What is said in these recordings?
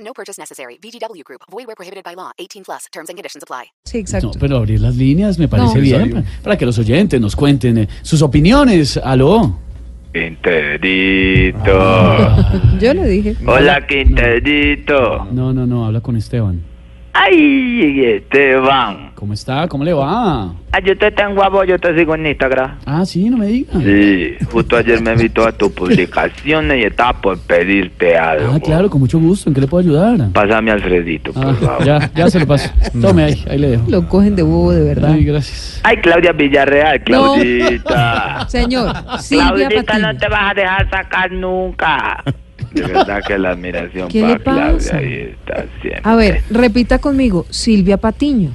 No purchase necessary. VGW Group. Void where prohibited by law. 18 plus. Terms and conditions apply. Sí, exacto. No, pero abrir las líneas me parece bien pa- para que los oyentes nos cuenten eh, sus opiniones. Aló. Quinterito. Yo lo dije. Hola, Quinterito. No, no, no, habla con Esteban. Ay, Esteban. ¿Cómo está? ¿Cómo le va? Ay, Ah, yo te tengo guapo, yo te sigo en Instagram. Ah, sí, no me diga. Sí, justo ayer me vi todas tus publicaciones y estaba por pedirte algo. Ah, claro, con mucho gusto. ¿En qué le puedo ayudar? Pásame a Alfredito, por Ah, favor. ya, ya se lo paso. Tome ahí, ahí le dejo. Lo cogen de bobo, de verdad. Ay, gracias. Ay, Claudia Villarreal, Claudita. Señor, Silvia Claudita, no Patiño. te vas a dejar sacar nunca. De verdad que la admiración ¿Qué para le pasa? Claudia ahí está siempre. A ver, repita conmigo. Silvia Patiño.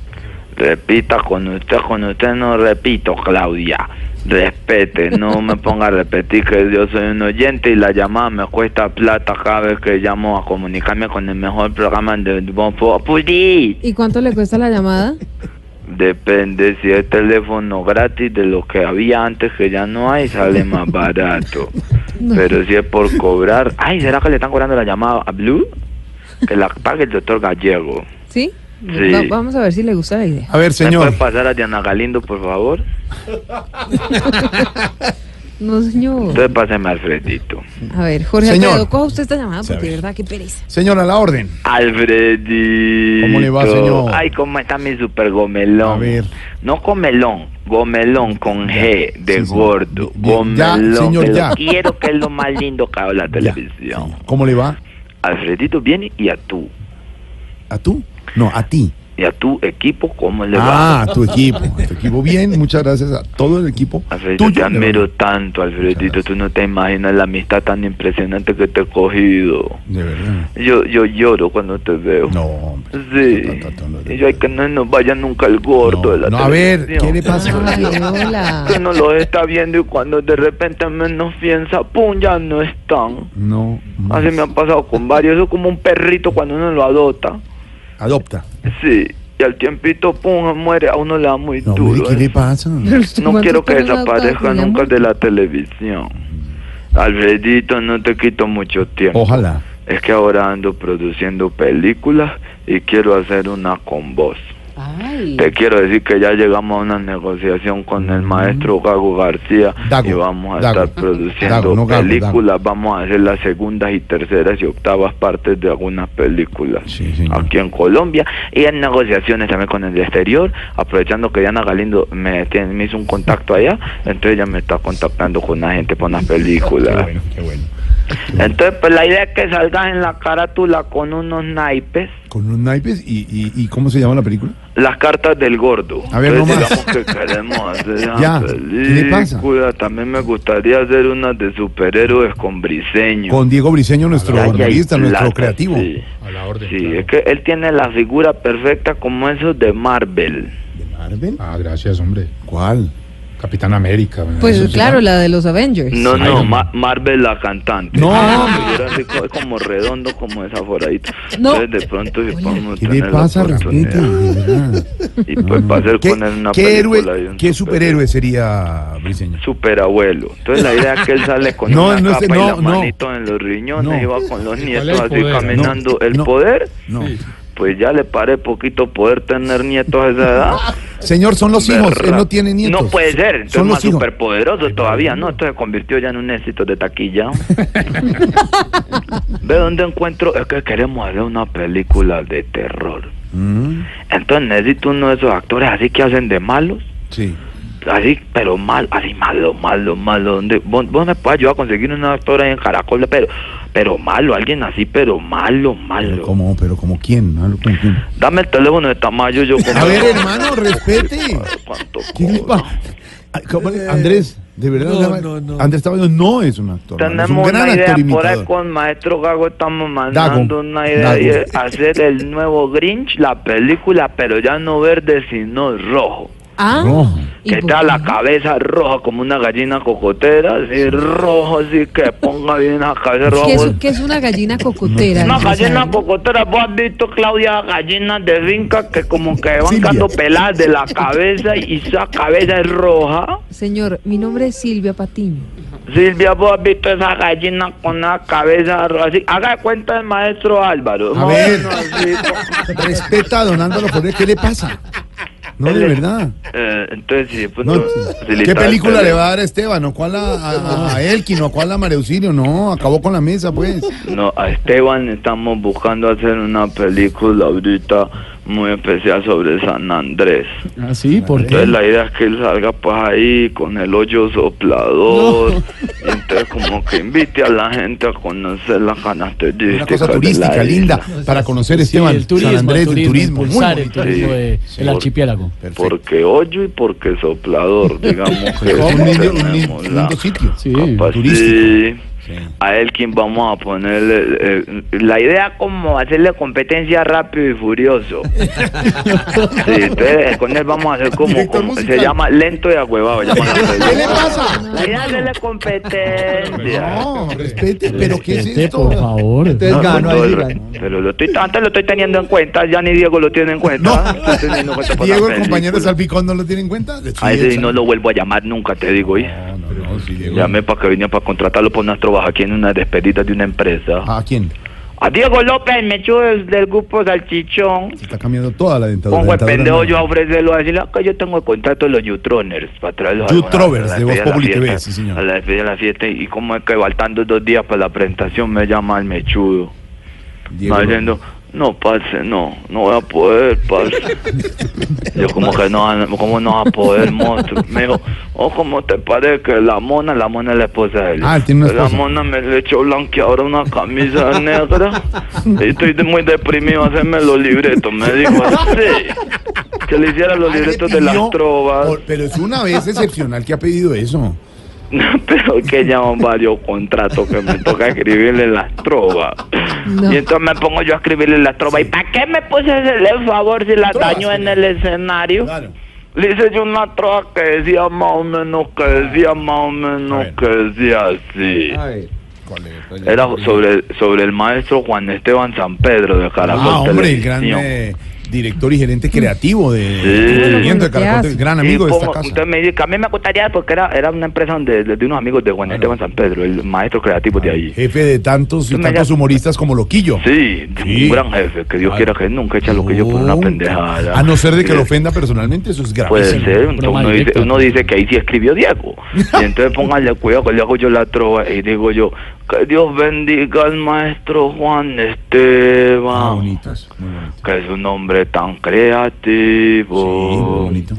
Repita con usted, con usted no repito, Claudia. Respete, no me ponga a repetir que yo soy un oyente y la llamada me cuesta plata cada vez que llamo a comunicarme con el mejor programa de Bon Populi. ¿Y cuánto le cuesta la llamada? Depende si es teléfono gratis de lo que había antes que ya no hay, sale más barato. Pero si es por cobrar... Ay, ¿será que le están cobrando la llamada a Blue? Que la pague el doctor Gallego. ¿Sí? Sí. Va- vamos a ver si le gusta la idea. A ver, ¿Me señor. puede pasar a Diana Galindo, por favor? No, señor. Entonces páseme a Alfredito. A ver, Jorge Señor. Alfredo, coja usted esta llamada A porque ver. de verdad, qué pereza. Señor, a la orden. Alfredito. ¿Cómo le va, señor? Ay, cómo está mi super gomelón. A ver. No gomelón, gomelón con G de Sí, sí. gordo. Bien, ya, Gomelón. señor, que lo ya. quiero que es lo más lindo que ha dado la televisión. Ya. ¿Cómo le va? Alfredito viene y a tú. ¿A tú? No, a ti. Y a tu equipo, ¿cómo le va? Ah, a tu equipo. A tu equipo bien. Muchas gracias a todo el equipo. Alfredito, tuyo. te admiro tanto, Alfredito. Tú no te imaginas la amistad tan impresionante que te he cogido. De verdad. Yo, yo lloro cuando te veo. No, hombre. Sí. No, no, no, no, no. Y yo, ay, que no nos vaya nunca el gordo de la No, a ver, televisión. ¿qué le pasa? Ay, hola. que no los está viendo y cuando de repente menos piensa, pum, ya no están. No. más. Así me han pasado con varios. Eso es como un perrito cuando uno lo adopta. Adopta. Sí, y al tiempito, pum, muere. A uno le da muy No, hombre, duro. ¿qué le ¿eh? pasa? No quiero que desaparezca desaparezca nunca de la televisión. Alfredito, no te quito mucho tiempo. Ojalá. Es que ahora ando produciendo películas y quiero hacer una con vos. Ay. Te quiero decir que ya llegamos a una negociación con el maestro Gago García Dago, y vamos a Dago, estar produciendo Dago, no Gago, películas, vamos a hacer las segundas y terceras y octavas partes de algunas películas Sí, señor. aquí en Colombia y en negociaciones también con el exterior, aprovechando que Diana Galindo me, tiene- me hizo un contacto allá, entonces ella me está contactando con la gente para unas películas. qué bueno. Entonces pues la idea es que salgas en la carátula con unos naipes Con unos naipes y, y, y ¿cómo se llama la película? las cartas del gordo. A ver, Entonces, nomás. digamos que queremos hacer una Ya, ¿qué le pasa? película. También me gustaría hacer una de superhéroes con briseño. Con Diego Briseño, nuestro Ya, ya hay artista, nuestro plata, creativo. Sí, Sí, es que él tiene la figura perfecta como esos de Marvel. ¿De Marvel? Ah, gracias, hombre. ¿Cuál? Capitán América. bueno, Pues eso sí. claro, la de los Avengers. No, Iron no, Man. Ma- Marvel la cantante. No, Una hombre. figura así co- es como redondo, como desaforadito. No. Entonces de pronto si podemos ¿Qué le tener la pasa, oportunidad. Rafita? De verdad. Y pues para hacer ¿Qué, con él una qué héroe, película y un qué superhéroe sería Briseño? superabuelo. Entonces la idea es que él sale con No, una no capa sé, y no, la no. manito en los riñones No. y va con los es nietos el así poder? caminando. No, ¿El no. poder? No. Pues ya le paré poquito poder tener nietos a esa edad. Señor, son Ah, los hijos, él Berra. no tiene nietos. No puede ser, entonces Son más los hijos. superpoderoso todavía, ¿no? Esto se convirtió ya en un éxito de taquilla. ¿De dónde encuentro? Es que queremos hacer una película de terror. Mm, Entonces necesito uno de esos actores así que hacen de malos. sí. Así, pero mal, así malo, malo, malo. ¿Dónde? ¿Vos, vos me puedes ayudar a conseguir una actora ahí en Caracol, pero, pero malo, alguien así, pero malo, Pero malo. como, pero como quién, ¿no? ¿Con quién? Dame el teléfono de Tamayo, yo A ver, hermano, respete. ¿Cuánto ¿Qué le cobro? pa- Ay, ¿cómo le- Andrés, De verdad, Eh, No, Gama- no, no. Andrés Tamayo no es un actor. no, es un Tenemos gran una idea actor por ahí imitador. con Maestro Gago, estamos mandando Dago. una idea Dago. y es hacer el nuevo Grinch, la película, pero ya no verde, sino rojo. Ah, Rojo. ¿y Que por está la qué? cabeza roja como una gallina cocotera, así rojo, así que ponga bien la cabeza roja. ¿Qué es, vos- qué es una gallina cocotera? Una gallina empresario? cocotera, vos has visto, Claudia, gallinas de finca que como que van Silvia. quedando peladas de la cabeza y esa cabeza es roja. Señor, mi nombre es Silvia Patiño. Silvia, vos has visto esa gallina con la cabeza roja. Así, haga de cuenta del maestro Álvaro. A ver. Bueno, así, co- Respeta a don Álvaro Forero, ¿qué le pasa? No, de verdad. eh, entonces, sí, pues, No, no, si le ¿Qué está- película le va a dar a Esteban? ¿O cuál a, a, a Elkin? ¿O cuál a Mareusilio? No, acabó con la mesa, pues. No, a Esteban estamos buscando hacer una película ahorita muy especial sobre San Andrés. Ah, sí, ¿por qué? Entonces la idea es que él salga pues ahí con el hoyo soplador. Y entonces como que invite a la gente a conocer las Una características. cosa de la turística, isla. linda, para conocer Sí, Esteban, el turismo, San Andrés, el turismo, muy impulsar el bonito. turismo de- Sí, el sí. archipiélago. Perfecto. Porque hoyo y porque soplador, digamos que Un lindo, un lindo- tenemos un la lindo sitio. Sí. capacidad. turístico. Sí. A él quien vamos a ponerle eh, la idea como hacerle competencia rápido y furioso. Sí, entonces, con él vamos a hacer como, Director como- se musical. llama lento y agüevado. llama la ¿Qué le película. pasa? La idea es hacerle competencia. No, respete, Este, pero ¿qué es Respete, Este, esto? Este- por favor. No, Entonces ganó con todo ahí. el- ganó. pero lo estoy, antes lo estoy teniendo en cuenta, ya ni Diego lo tiene en cuenta. Lo estoy teniendo en cuenta por la Diego, el compañero película. de Salpicón, ¿no lo tiene en cuenta? Sí, A ese sí exacto. no lo vuelvo a llamar nunca, te digo. ¿y? No, no, no, sí, Diego. Llamé para que viniera para contratarlo por unas trabajos aquí en una despedida de una empresa. ¿A quién? A Diego López, mechudo del, del grupo Salchichón. Se está cambiando toda la dentadura. Pongo el dentadura pendejo nueva. yo a ofrecerlo a decirle, acá yo tengo el contrato de los Jutroners para traerlos a- Jutrovers, a la de Voz despedida Populi la TV, fiesta, sí, señor. A la despedida de la fiesta y como es que faltando dos días para la presentación me llama el mechudo. Diego. Me va diciendo, no, parce, no, no voy a poder, parce. Yo como que no, ¿cómo no va a poder, monstruo? Me dijo, oh, ¿cómo te parece que la mona, la mona es la esposa de él? Ah, tiene una La esposa. mona me le echó blanqueadora una camisa negra y estoy de- muy deprimido, hacerme los libretos. Me dijo, sí, que le hiciera los Ay, le libretos de las Ah, pidió trovas. por- pero es una vez excepcional que ha pedido eso. pero que ya van varios contratos que me toca escribirle las trovas. No. Y entonces me pongo yo a escribirle las trovas. ¿Y para qué me puse a hacerle el favor si la Trovas, daño en sí. el escenario? Claro. Le hice yo una trova que decía más o menos, que decía más o menos, A ver. que decía así. Ay, Era sobre, sobre el maestro Juan Esteban San Pedro de Caracol Ah, hombre, el gran Televisión. eh, director y gerente creativo de Sí. del movimiento de Bueno, ¿qué Caracol, hace? el gran Y amigo de esta como casa. Usted me dice que a mí me gustaría porque era, era una empresa donde, de, de unos amigos de Juan Esteban San Pedro, el maestro creativo de ahí. Jefe de tantos y Tú me tantos llamas- humoristas como Loquillo. Sí, Sí. un gran jefe, que Dios Claro. quiera que nunca echa lo que yo por una Nunca. pendejada. Eh, A no ser de que lo ofenda personalmente, eso es grave. Puede ser, entonces broma uno dice, directa. uno dice que ahí sí escribió Diego. Y entonces póngale cuidado que le hago yo la trova y digo yo, que Dios bendiga al maestro Juan Ah, Esteban, bonito, eso, muy bonito. que es un hombre tan Sí, muy creativo. bonito.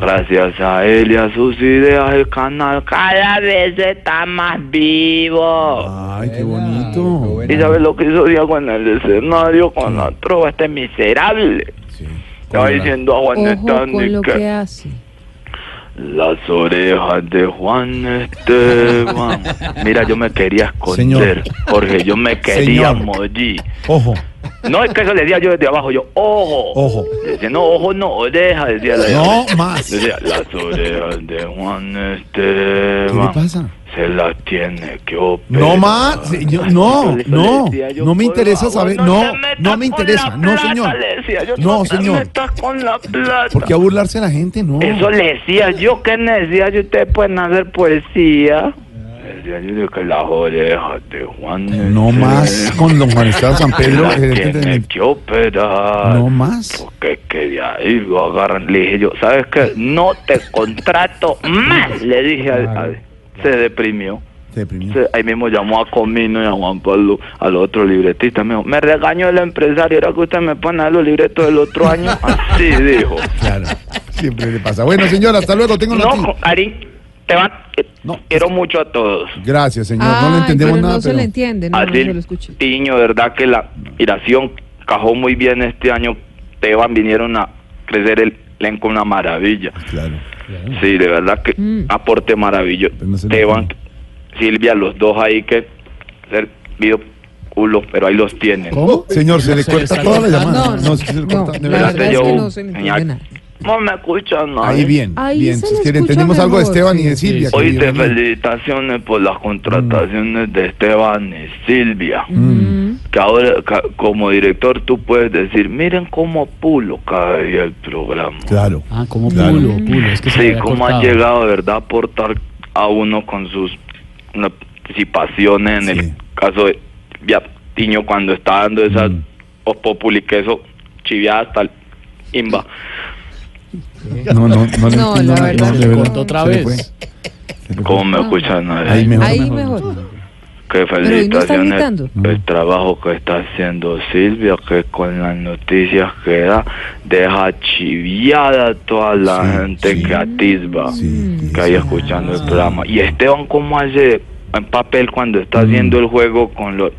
Gracias a él y a sus ideas el canal cada vez está más vivo. Ay, qué bonito. Buena, ¿Y sabes lo que hizo Diego en el escenario con la trova? Este miserable. Sí. Estaba diciendo a Juan Ojo con Esteban lo que que hace. las orejas de Juan Esteban. Mira, yo me quería esconder, Señor. Jorge, yo me quería Señor. morir. Ojo, No, es que eso le decía yo desde abajo, yo, ojo. ojo. Decía, no, ojo, no, oreja, decía la No más. ¿Qué Decía, las orejas de Juan le Esteban pasa? se las tiene que operar. No más, señor, no, Yo le- no, le decía yo, no me por interesa favor, saber, no no, te metas no me con interesa, la no plata, señor, le decía yo, no te señor, metas con la plata. porque a burlarse a la gente, no, Eso le decía yo, que le decía yo, ustedes pueden hacer poesía. Le decía yo que las orejas de Juan. no Esteban más con don Juan Esteban San se Pedro, las gerente tiene de- que operar. no más, Porque que de ahí lo agarran. Le dije yo, ¿sabes qué? No te contrato más. Le dije al- al- Se deprimió. se deprimió. Se- ahí mismo llamó a Comino y a Juan Pablo, al otro libretista. Me dijo, me regañó el empresario, era que usted me pone a dar los libretos del otro año. Así dijo. Claro, siempre le pasa. Bueno, señor, hasta luego, tengo No, noticias. Karim, te va, te No. quiero mucho a todos. Gracias, señor, no le Ay, entendemos pero nada, No se pero le entiende, no, no Así, se lo escucha. Tiño, verdad que la inspiración cajó muy bien este año. Teban vinieron a crecer el elenco una maravilla. Claro. Sí, de verdad que Mm. aporte maravilloso. Pero no se le Esteban, Silvia, los dos ahí que servido culo, pero ahí los tienen. Oh. ¿Cómo? Señor, se le Se corta le toda la No, no, llamada. no, se le corta, la de verdad. verdad es que yo- no se le entiende nada. No me escuchan nadie. Ahí bien, Ahí bien. se Si le quiere, escucha entendemos algo de mejor, Esteban y sí. de Silvia. Mm. Sí, que Oíste, bien, bien. felicitaciones por las contrataciones de Esteban y Silvia. Mm. Que ahora, ca- como director, tú puedes decir, miren cómo pulo cada día el programa. Claro. Ah, como Claro. pulo, pulo. Es que se le Sí, había cómo han cortado. llegado de verdad a aportar a uno con sus participaciones en Sí. el caso de ya, Tiño cuando está dando esas Mm. os populi que eso chiviada hasta el imba. No, no, no. le No, entiendo la nada, verdad de que verdad. no. Otra Se le vez. fue, se le fue. ¿Cómo me escuchan? Ahí mejor. Ahí mejor. mejor. Que Pero hoy no está felicitaciones gritando. el Mm. trabajo que está haciendo Silvia, que con las noticias que da, deja chiviada a toda la Sí, gente sí. que atisba, Sí, sí, que ahí sí. escuchando el programa. Y Esteban, ¿cómo hace en papel cuando está Mm. haciendo el juego con los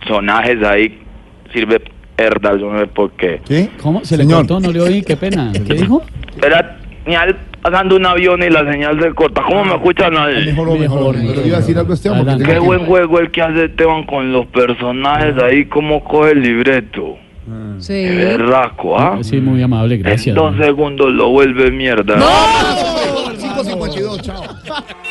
personajes ahí? Sirve herda, yo no sé por qué. ¿Qué? ¿Cómo? Se le Señor. cortó, no le oí, qué pena. ¿Qué dijo? Era señal pasando un avión y la señal se corta. ¿Cómo me escuchan ahí? Mejoró, mejoró. Mejor, Pero iba a decir algo a Esteban. porque Adelante. Qué tengo que- buen juego el que hace Esteban con los personajes Ah. ahí, cómo coge el libreto. Sí. Qué berraco, ¿ah? Sí, muy amable, gracias. En dos segundos lo vuelve mierda. Por 5.52, chao.